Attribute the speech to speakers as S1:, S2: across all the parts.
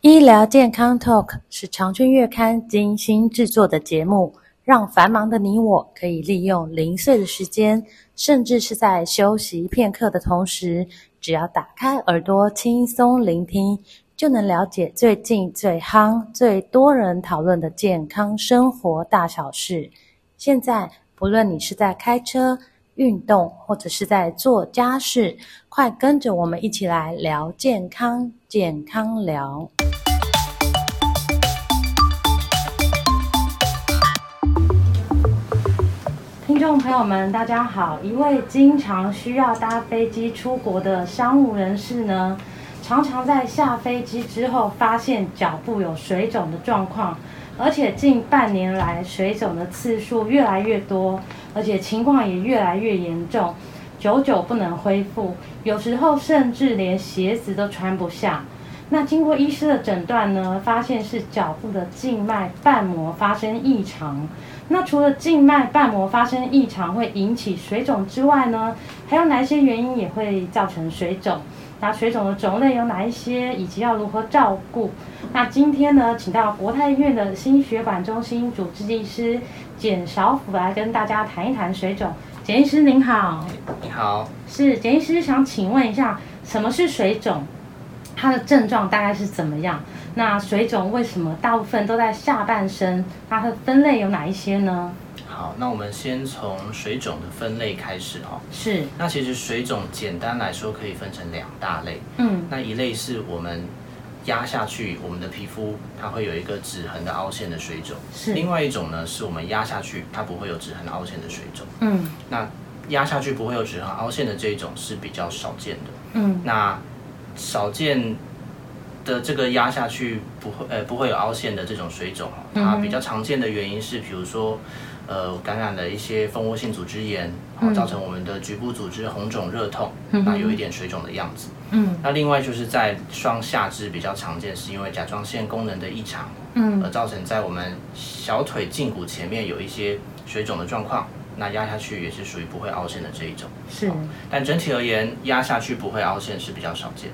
S1: 医疗健康 Talk 是长春月刊精心制作的节目，让繁忙的你我可以利用零碎的时间，甚至是在休息片刻的同时，只要打开耳朵轻松聆听，就能了解最近最夯、最多人讨论的健康生活大小事。现在，不论你是在开车、运动，或者是在做家事，快跟着我们一起来聊健康，健康聊。听众朋友们，大家好！一位经常需要搭飞机出国的商务人士呢，常常在下飞机之后发现脚部有水肿的状况，而且近半年来水肿的次数越来越多，而且情况也越来越严重，久久不能恢复，有时候甚至连鞋子都穿不下。那经过医师的诊断呢，发现是脚部的静脉瓣膜发生异常。那除了静脉瓣膜发生异常会引起水肿之外呢，还有哪一些原因也会造成水肿？那水肿的种类有哪一些，以及要如何照顾？那今天呢，请到国泰医院的心血管中心主治医师简少辅来跟大家谈一谈水肿。简医师您好，
S2: 你好，
S1: 是简医师想请问一下，什么是水肿？它的症状大概是怎么样？那水肿为什么大部分都在下半身？它的分类有哪一些呢？
S2: 好，那我们先从水肿的分类开始哦。
S1: 是，
S2: 那其实水肿简单来说可以分成两大类，
S1: 嗯，
S2: 那一类是我们压下去，我们的皮肤它会有一个指痕的凹陷的水肿；
S1: 是，
S2: 另外一种呢是我们压下去，它不会有指痕凹陷的水肿。
S1: 嗯
S2: 那压下去不会有指痕凹陷的这一种是比较少见的。
S1: 嗯
S2: 那少见的这个压下去不会呃不会有凹陷的这种水肿哦，
S1: 嗯
S2: 它比较常见的原因是，比如说呃感染了一些蜂窝性组织炎，
S1: 嗯
S2: 然后造成我们的局部组织红肿热痛，那有一点水肿的样子。
S1: 嗯
S2: 那另外就是在双下肢比较常见，是因为甲状腺功能的异常，
S1: 嗯
S2: 而造成在我们小腿胫骨前面有一些水肿的状况。那压下去也是属于不会凹陷的这一种。
S1: 是，
S2: 但整体而言，压下去不会凹陷是比较少见。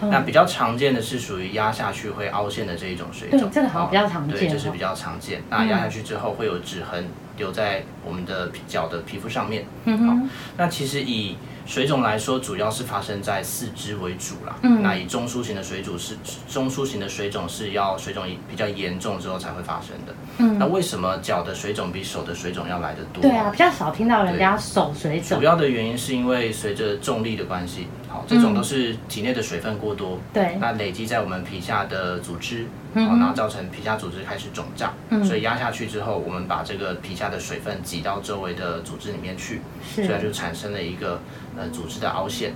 S1: 嗯
S2: 那比较常见的是属于压下去会凹陷的这一种水
S1: 对
S2: 肿，
S1: 这个好像比较常见嗯
S2: 对，这
S1: 哦
S2: 是比较常见。那压下去之后会有指痕留在我们的皮脚的皮肤上面。
S1: 嗯哼，
S2: 那其实以水肿来说，主要是发生在四肢为主啦。
S1: 嗯
S2: 那以中枢型的水肿是中枢型的水肿是要水肿比较严重之后才会发生的。
S1: 嗯
S2: 那为什么脚的水肿比手的水肿要来得多？
S1: 对啊，比较少听到人家手水肿
S2: 主，要的原因是因为随着重力的关系，好，这种都是体内的水分过多，
S1: 嗯对，
S2: 那累积在我们皮下的组织，
S1: 嗯
S2: 好，
S1: 哼嗯
S2: 然后造成皮下组织开始肿胀，所以压下去之后，我们把这个皮下的水分挤到周围的组织里面去，所以它
S1: 是，
S2: 就产生了一个呃组织的凹陷。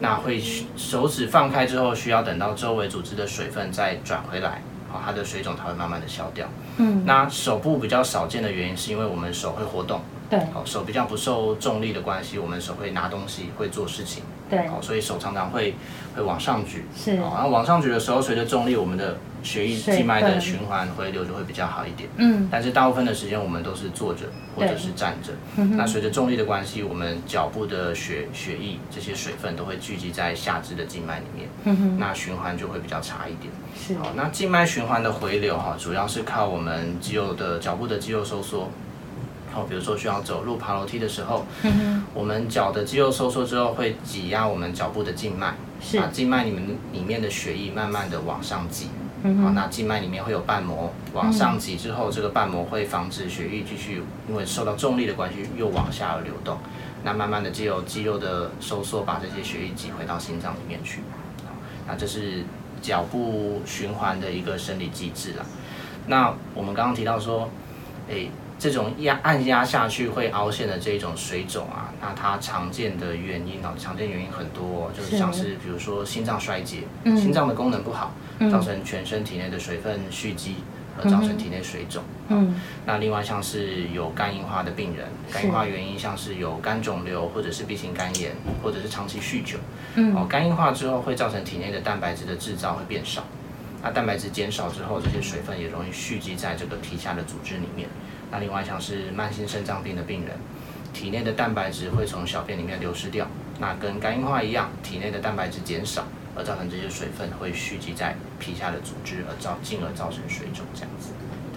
S2: 那会需手指放开之后，需要等到周围组织的水分再转回来，好，它的水肿才会慢慢的消掉。
S1: 嗯，
S2: 那手部比较少见的原因是因为我们手会活动。
S1: 对
S2: 好，手比较不受重力的关系，我们手会拿东西，会做事情，
S1: 对
S2: 好，所以手常常会会往上举，
S1: 是
S2: 好，然后往上举的时候，随着重力，我们的血液
S1: 水
S2: 静脉的
S1: 分
S2: 循环回流就会比较好一点。
S1: 嗯
S2: 但是大部分的时间我们都是坐着或者是站着，
S1: 嗯
S2: 那随着重力的关系，我们脚部的血血液这些水分都会聚集在下肢的静脉里面，
S1: 嗯哼，
S2: 那循环就会比较差一点。
S1: 是，
S2: 好，那静脉循环的回流哈，主要是靠我们肌肉的脚部的肌肉收缩。好，比如说需要走路、爬楼梯的时候，
S1: 嗯哼，
S2: 我们脚的肌肉收缩之后，会挤压我们脚部的静脉，
S1: 是
S2: 把静脉里面里面的血液慢慢的往上挤。
S1: 嗯
S2: 好，那静脉里面会有瓣膜，往上挤之后，这个瓣膜会防止血液继续因为受到重力的关系又往下流动。那慢慢的借由肌肉的收缩，把这些血液挤回到心脏里面去。好那这是脚部循环的一个生理机制啦。那我们刚刚提到说，诶，这种压按压下去会凹陷的这一种水肿啊，那它常见的原因哦，常见原因很多、哦，就是
S1: 是
S2: 像是比如说心脏衰竭，
S1: 嗯
S2: 心脏的功能不好，
S1: 嗯
S2: 造成全身体内的水分蓄积，而造成体内水肿。
S1: 嗯
S2: 那另外像是有肝硬化的病人，肝硬化原因像是有肝肿瘤或者是 B 型肝炎，或者是长期酗酒。
S1: 嗯
S2: 哦，肝硬化之后会造成体内的蛋白质的制造会变少，那蛋白质减少之后，这些水分也容易蓄积在这个皮下的组织里面。那另外像是慢性肾脏病的病人，体内的蛋白质会从小便里面流失掉，那跟肝硬化一样，体内的蛋白质减少，而造成这些水分会蓄积在皮下的组织，而造进而造成水肿这样子。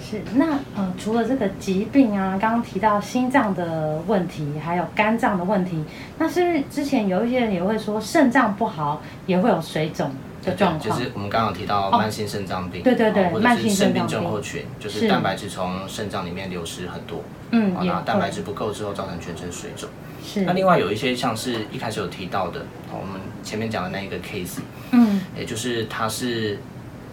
S1: 是，那呃，除了这个疾病啊，刚刚提到心脏的问题，还有肝脏的问题，那是不是之前有一些人也会说肾脏不好也会有水肿的状
S2: 就
S1: 况？哦
S2: 是我们刚刚有提到慢性肾脏病，
S1: 对对对
S2: 哦或者
S1: 慢性
S2: 是
S1: 肾脏
S2: 肾
S1: 病
S2: 病症候群，就是
S1: 是
S2: 蛋白质从肾脏里面流失很多，
S1: 嗯，
S2: 哦
S1: 也
S2: 然后蛋白
S1: 会
S2: 质不够之后造成全身水肿。
S1: 是
S2: 那，另外有一些像是一开始有提到的，哦我们前面讲的那一个 case，
S1: 嗯
S2: 也就是他是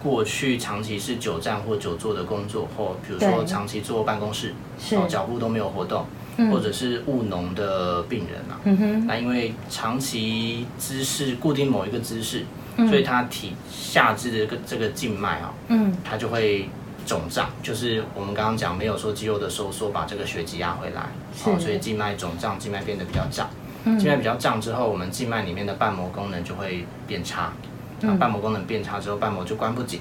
S2: 过去长期是久站或久坐的工作后，比如
S1: 对
S2: 说长期坐办公室，
S1: 是
S2: 然，后脚部都没有活动，
S1: 嗯
S2: 或者是务农的病人啊，
S1: 嗯哼，
S2: 那因为长期姿势固定某一个姿势，所以他体下肢的这个这个静脉啊，
S1: 嗯
S2: 它就会肿胀，就是我们刚刚讲没有说肌肉的收缩把这个血挤压回来，
S1: 是
S2: 哦，所以静脉肿胀，静脉变得比较胀，
S1: 嗯
S2: 静脉比较胀之后，我们静脉里面的瓣膜功能就会变差，那瓣膜功能变差之后，瓣膜就关不紧。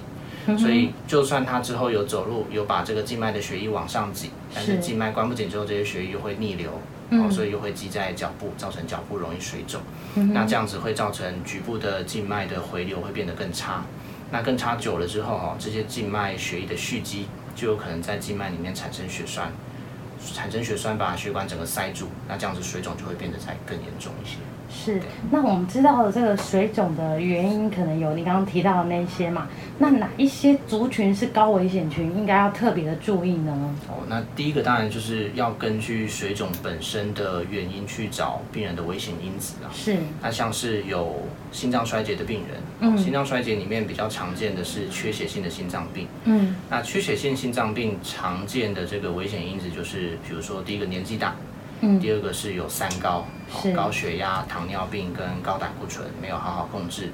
S2: 所以，就算他之后有走路，有把这个静脉的血液往上挤，但是
S1: 是
S2: 静脉关不紧之后，这些血液又会逆流，哦，所以又会积在脚部，造成脚部容易水肿。那这样子会造成局部的静脉的回流会变得更差。那更差久了之后，哦，这些静脉血液的蓄积就有可能在静脉里面产生血栓，产生血栓把血管整个塞住，那这样子水肿就会变得再更严重一些。
S1: 是，那我们知道了这个水肿的原因，可能有你刚刚提到的那些嘛？那哪一些族群是高危险群，应该要特别的注意呢？
S2: 哦，那第一个当然就是要根据水肿本身的原因去找病人的危险因子啊。
S1: 是，
S2: 那像是有心脏衰竭的病人，
S1: 嗯
S2: 心脏衰竭里面比较常见的是缺血性的心脏病。
S1: 嗯，
S2: 那缺血性心脏病常见的这个危险因子就是，比如说第一个年纪大，
S1: 嗯
S2: 第二个是有三高，
S1: 是
S2: 哦高血压、糖尿病跟高胆固醇没有好好控制，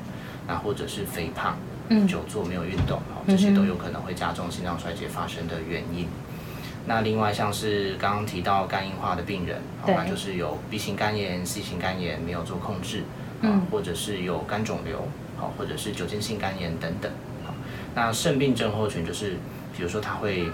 S2: 那或者是肥胖，
S1: 嗯
S2: 久坐没有运动，哦这些都有可能会加重心脏衰竭发生的原因。那另外像是刚刚提到肝硬化的病人，哦
S1: 对
S2: 那就是有 B 型肝炎、C 型肝炎没有做控制，啊、
S1: 嗯
S2: 或者是有肝肿瘤，好、或者是酒精性肝炎等等。好那肾病症候群就是，比如说他会，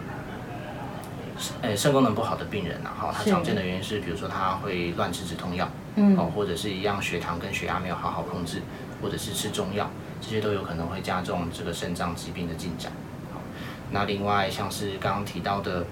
S2: 呃，肾功能不好的病人啊，哈、他
S1: 是
S2: 常见的原因是，比如说他会乱吃止痛药，
S1: 嗯
S2: 哦，或者是一样血糖跟血压没有好好控制，或者是吃中药，这些都有可能会加重这个肾脏疾病的进展。好，那另外像是刚刚提到的，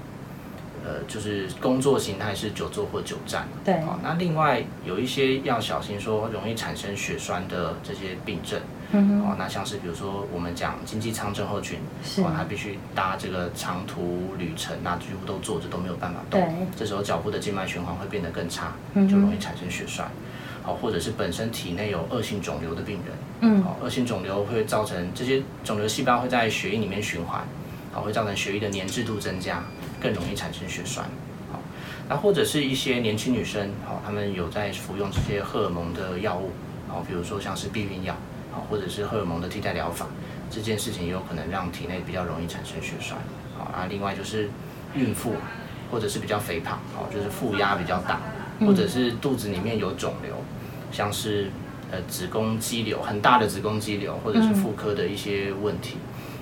S2: 呃，就是工作形态是久坐或久站。
S1: 对
S2: 好，那另外有一些要小心说容易产生血栓的这些病症。
S1: 嗯
S2: 哦，那像是比如说我们讲经济舱症候群，
S1: 是
S2: 哦，他必须搭这个长途旅程，那几乎都坐着都没有办法
S1: 对
S2: 动，这时候脚部的静脉循环会变得更差，就容易产生血栓。好、或者是本身体内有恶性肿瘤的病人，
S1: 嗯
S2: 好、恶性肿瘤会造成这些肿瘤细胞会在血液里面循环，好、会造成血液的粘滞度增加，更容易产生血栓。好、那或者是一些年轻女生，好、她们有在服用这些荷尔蒙的药物，好、比如说像是避孕药，好、或者是荷尔蒙的替代疗法，这件事情也有可能让体内比较容易产生血栓。好、啊，另外就是孕妇或者是比较肥胖，好、就是腹压比较大，或者是肚子里面有肿瘤，像是呃子宫肌瘤很大的子宫肌瘤，或者是妇科的一些问题。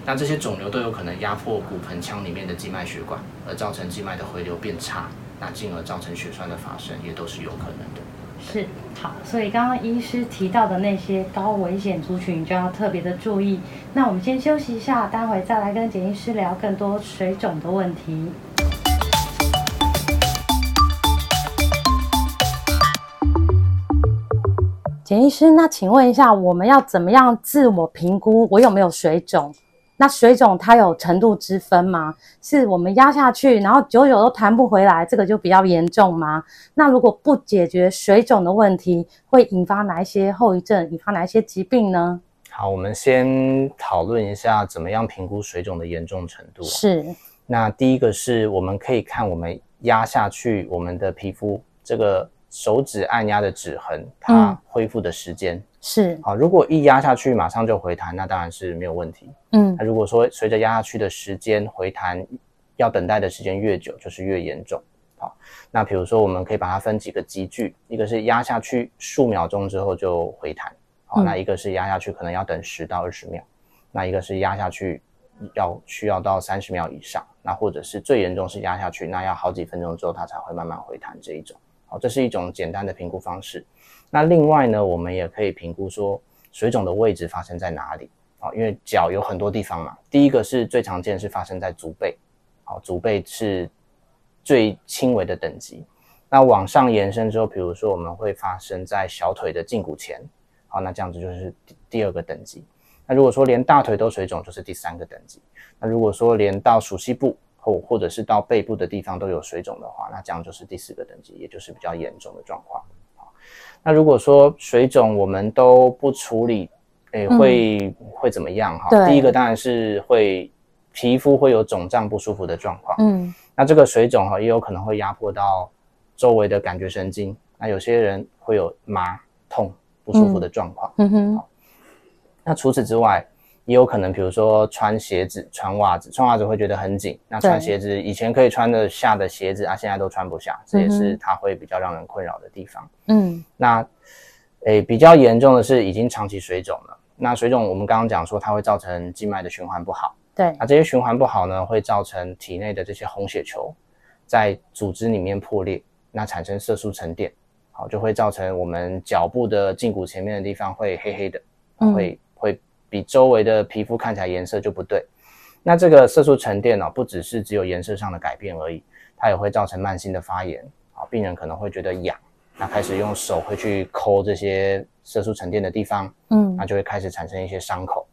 S2: 那这些肿瘤都有可能压迫骨盆腔里面的静脉血管，而造成静脉的回流变差，那进而造成血栓的发生，也都是有可能的。
S1: 是好，所以刚刚医师提到的那些高危险族群就要特别的注意。那我们先休息一下，待会再来跟简医师聊更多水肿的问题。简医师，那请问一下，我们要怎么样自我评估我有没有水肿？那水肿它有程度之分吗？是我们压下去，然后久久都弹不回来，这个就比较严重吗？那如果不解决水肿的问题，会引发哪一些后遗症？引发哪一些疾病呢？
S2: 好，我们先讨论一下怎么样评估水肿的严重程度。啊
S1: 是，
S2: 那第一个是我们可以看我们压下去我们的皮肤这个手指按压的指痕，它
S1: 嗯
S2: 恢复的时间。
S1: 是，
S2: 好，如果一压下去马上就回弹，那当然是没有问题。
S1: 嗯
S2: 那如果说随着压下去的时间回弹，要等待的时间越久，就是越严重。好，那比如说我们可以把它分几个级距，一个是压下去数秒钟之后就回弹，好，
S1: 嗯
S2: 那一个是压下去可能要等十到二十秒，那一个是压下去要需要到三十秒以上，那或者是最严重是压下去，那要好几分钟之后它才会慢慢回弹这一种。好，这是一种简单的评估方式。那另外呢，我们也可以评估说水肿的位置发生在哪里啊、因为脚有很多地方嘛，第一个是最常见是发生在足背，好、足背是最轻微的等级。那往上延伸之后，比如说我们会发生在小腿的胫骨前，好，那这样子就是第第二个等级。那如果说连大腿都水肿，就是第三个等级。那如果说连到熟悉部或或者是到背部的地方都有水肿的话，那这样就是第四个等级，也就是比较严重的状况。好那如果说水肿我们都不处理，诶、
S3: 嗯
S2: 会、会怎么样哈？
S3: 对
S2: 第一个当然是会皮肤会有肿胀不舒服的状况。
S3: 嗯
S2: 那这个水肿哈，也有可能会压迫到周围的感觉神经。那有些人会有麻、痛、不舒服的状况。
S3: 嗯哼，
S2: 那除此之外，也有可能，比如说穿鞋子、穿袜子，穿袜子会觉得很紧。那穿
S3: 对
S2: 鞋子以前可以穿得下的鞋子啊，现在都穿不下，这也
S3: 嗯
S2: 是
S3: 哼
S2: 它会比较让人困扰的地方。
S3: 嗯
S2: 那，诶，比较严重的是已经长期水肿了。那水肿我们刚刚讲说，它会造成静脉的循环不好。
S3: 对
S2: 那这些循环不好呢，会造成体内的这些红血球在组织里面破裂，那产生色素沉淀，好，就会造成我们脚部的胫骨前面的地方会黑黑的，
S3: 嗯
S2: 会会比周围的皮肤看起来颜色就不对。那这个色素沉淀呢、哦不只是只有颜色上的改变而已，它也会造成慢性的发炎，啊，病人可能会觉得痒，那开始用手会去抠这些色素沉淀的地方，
S3: 嗯
S2: 那就会开始产生一些伤口。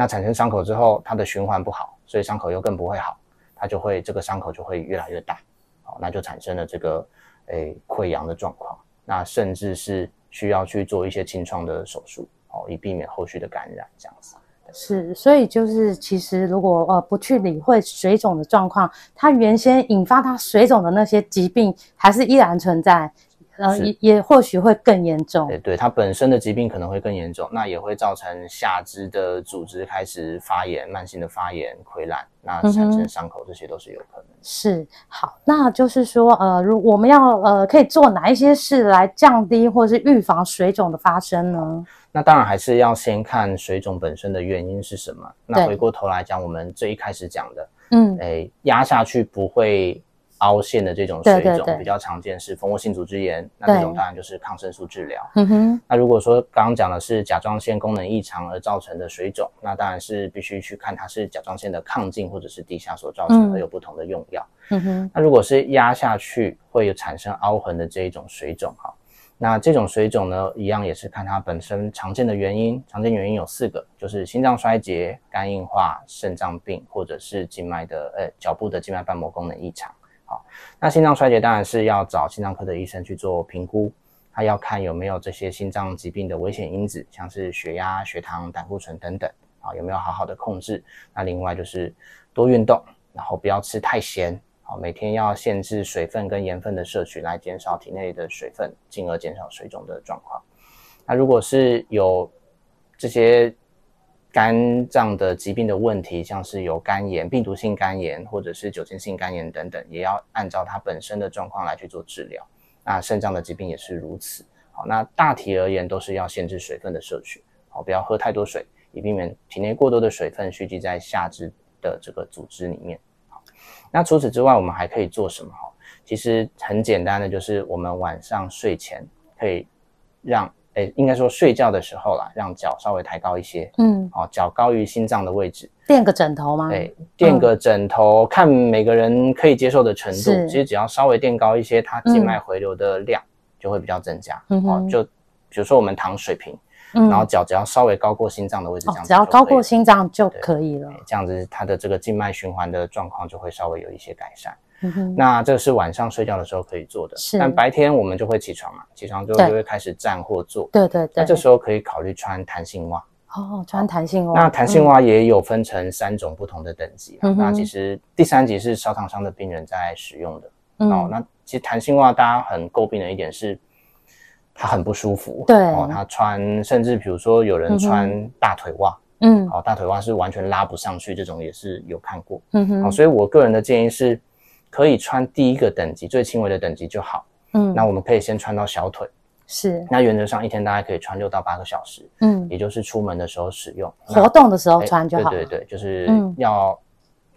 S2: 那产生伤口之后，它的循环不好，所以伤口又更不会好，它就会这个伤口就会越来越大，好，那就产生了这个诶溃疡的状况，那甚至是需要去做一些清创的手术，哦，以避免后续的感染这样子。
S3: 是
S1: 是，所以就是其实如果呃不去理会水肿的状况，它原先引发它水肿的那些疾病还是依然存在，呃
S2: 是
S1: 也也或许会更严重
S2: 对。对，它本身的疾病可能会更严重，那也会造成下肢的组织开始发炎，慢性的发炎、溃烂，那产
S3: 嗯
S2: 生
S3: 哼
S2: 伤口，这些都是有可能的。
S1: 是，好，那就是说呃，如我们要呃可以做哪一些事来降低或是预防水肿的发生呢？
S2: 那当然还是要先看水肿本身的原因是什么。那
S3: 对
S2: 回过头来讲，我们最一开始讲的，
S3: 嗯
S2: 诶，压下去不会凹陷的这种水
S3: 对
S2: 肿，
S3: 对对
S2: 比较常见是蜂窝性组织炎。那
S3: 对
S2: 这种当然就是抗生素治疗。
S3: 嗯哼
S2: 那如果说刚刚讲的是甲状腺功能异常而造成的水肿，那当然是必须去看它是甲状腺的亢进或者是低下所造成
S3: 嗯
S2: 的，有不同的用药。
S3: 嗯哼
S2: 那如果是压下去会有产生凹痕的这一种水肿哈，那这种水肿呢，一样也是看它本身常见的原因，常见原因有四个，就是心脏衰竭、肝硬化、肾脏病，或者是静脉的呃脚部的静脉瓣膜功能异常。好，那心脏衰竭当然是要找心脏科的医生去做评估，他要看有没有这些心脏疾病的危险因子，像是血压、血糖、胆固醇等等，啊，有没有好好的控制？那另外就是多运动，然后不要吃太咸，好，每天要限制水分跟盐分的摄取，来减少体内的水分，进而减少水肿的状况。那如果是有这些肝脏的疾病的问题，像是有肝炎、病毒性肝炎或者是酒精性肝炎等等，也要按照它本身的状况来去做治疗。那肾脏的疾病也是如此。好，那大体而言都是要限制水分的摄取，好，不要喝太多水，以避免体内过多的水分蓄积在下肢的这个组织里面。好，那除此之外，我们还可以做什么？哈，其实很简单的，就是我们晚上睡前可以让，诶，应该说睡觉的时候啦，让脚稍微抬高一些，
S3: 嗯，
S2: 哦，脚高于心脏的位置，
S3: 垫个枕头吗？
S2: 对，垫个枕头，看每个人可以接受的程度。
S3: 嗯是
S2: 其实只要稍微垫高一些，它静脉回流的量就会比较增加。
S3: 嗯
S2: 哦
S3: 哼，
S2: 就比如说我们躺水平，
S3: 嗯，
S2: 然后脚只要稍微高过心脏的位置，
S3: 哦
S2: 这样，子
S3: 只要
S2: 就
S3: 高
S2: 可以
S3: 过心脏就
S2: 对
S3: 可以了
S2: 了，。哎这样子它的这个静脉循环的状况就会稍微有一些改善。
S3: 嗯哼，
S2: 那这是晚上睡觉的时候可以做的，
S3: 是
S2: 但白天我们就会起床嘛，起床之后
S3: 对
S2: 就会开始站或坐。
S3: 对对
S2: 那
S3: 对，
S2: 这时候可以考虑穿弹性袜。
S3: 哦，穿弹性袜，
S2: 那弹性
S3: 嗯，
S2: 蛙也有分成三种不同的等级啊、
S3: 嗯哼
S2: 那其实第三级是烧烫伤的病人在使用的、哦。
S3: 嗯，
S2: 那其实弹性蛙大家很诟病的一点是，它很不舒服。
S3: 对
S2: 哦，他穿甚至比如说有人穿大腿袜，
S3: 嗯
S2: 哦，大腿袜是完全拉不上去，这种也是有看过。
S3: 嗯
S2: 哦，
S3: 哼，
S2: 所以我个人的建议是，可以穿第一个等级最轻微的等级就好。
S3: 嗯，
S2: 那我们可以先穿到小腿，
S3: 是，
S2: 那原则上一天大概可以穿六到八个小时，
S3: 嗯，
S2: 也就是出门的时候使用。那
S3: 活动的时候
S2: 哎
S3: 穿就好了。
S2: 对对对，就是
S3: 嗯
S2: 要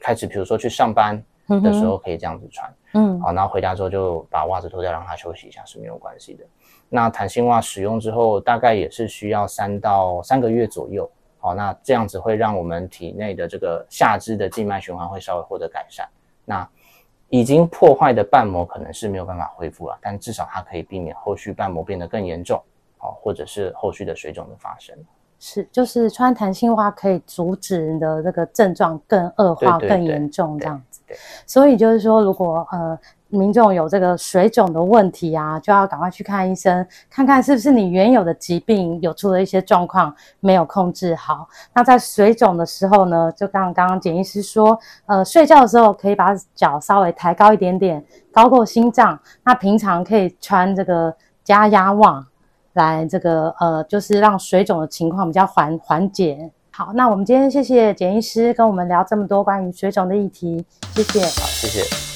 S2: 开始，比如说去上班，
S1: 嗯
S2: 的
S1: 哼
S2: 时候可以这样子穿。
S1: 嗯
S2: 好，然后回家之后就把袜子脱掉，让它休息一下是没有关系的。那弹性袜使用之后，大概也是需要三到三个月左右。好，那这样子会让我们体内的这个下肢的静脉循环会稍微获得改善。那已经破坏的瓣膜可能是没有办法恢复了，但至少它可以避免后续瓣膜变得更严重，好，或者是后续的水肿的发生。
S1: 是，就是穿弹性袜可以阻止你的这个症状更恶化、
S2: 对对
S1: 更
S2: 对
S1: 严重这
S2: 对
S1: 样子
S2: 对。
S1: 所以就是说，如果呃民众有这个水肿的问题啊，就要赶快去看医生，看看是不是你原有的疾病有出了一些状况没有控制好。那在水肿的时候呢，就像刚刚简医师说，呃，睡觉的时候可以把脚稍微抬高一点点，高过心脏。那平常可以穿这个加压袜，来这个呃，就是让水肿的情况比较缓缓解。好，那我们今天谢谢简医师跟我们聊这么多关于水肿的议题，谢谢。
S2: 好，谢谢。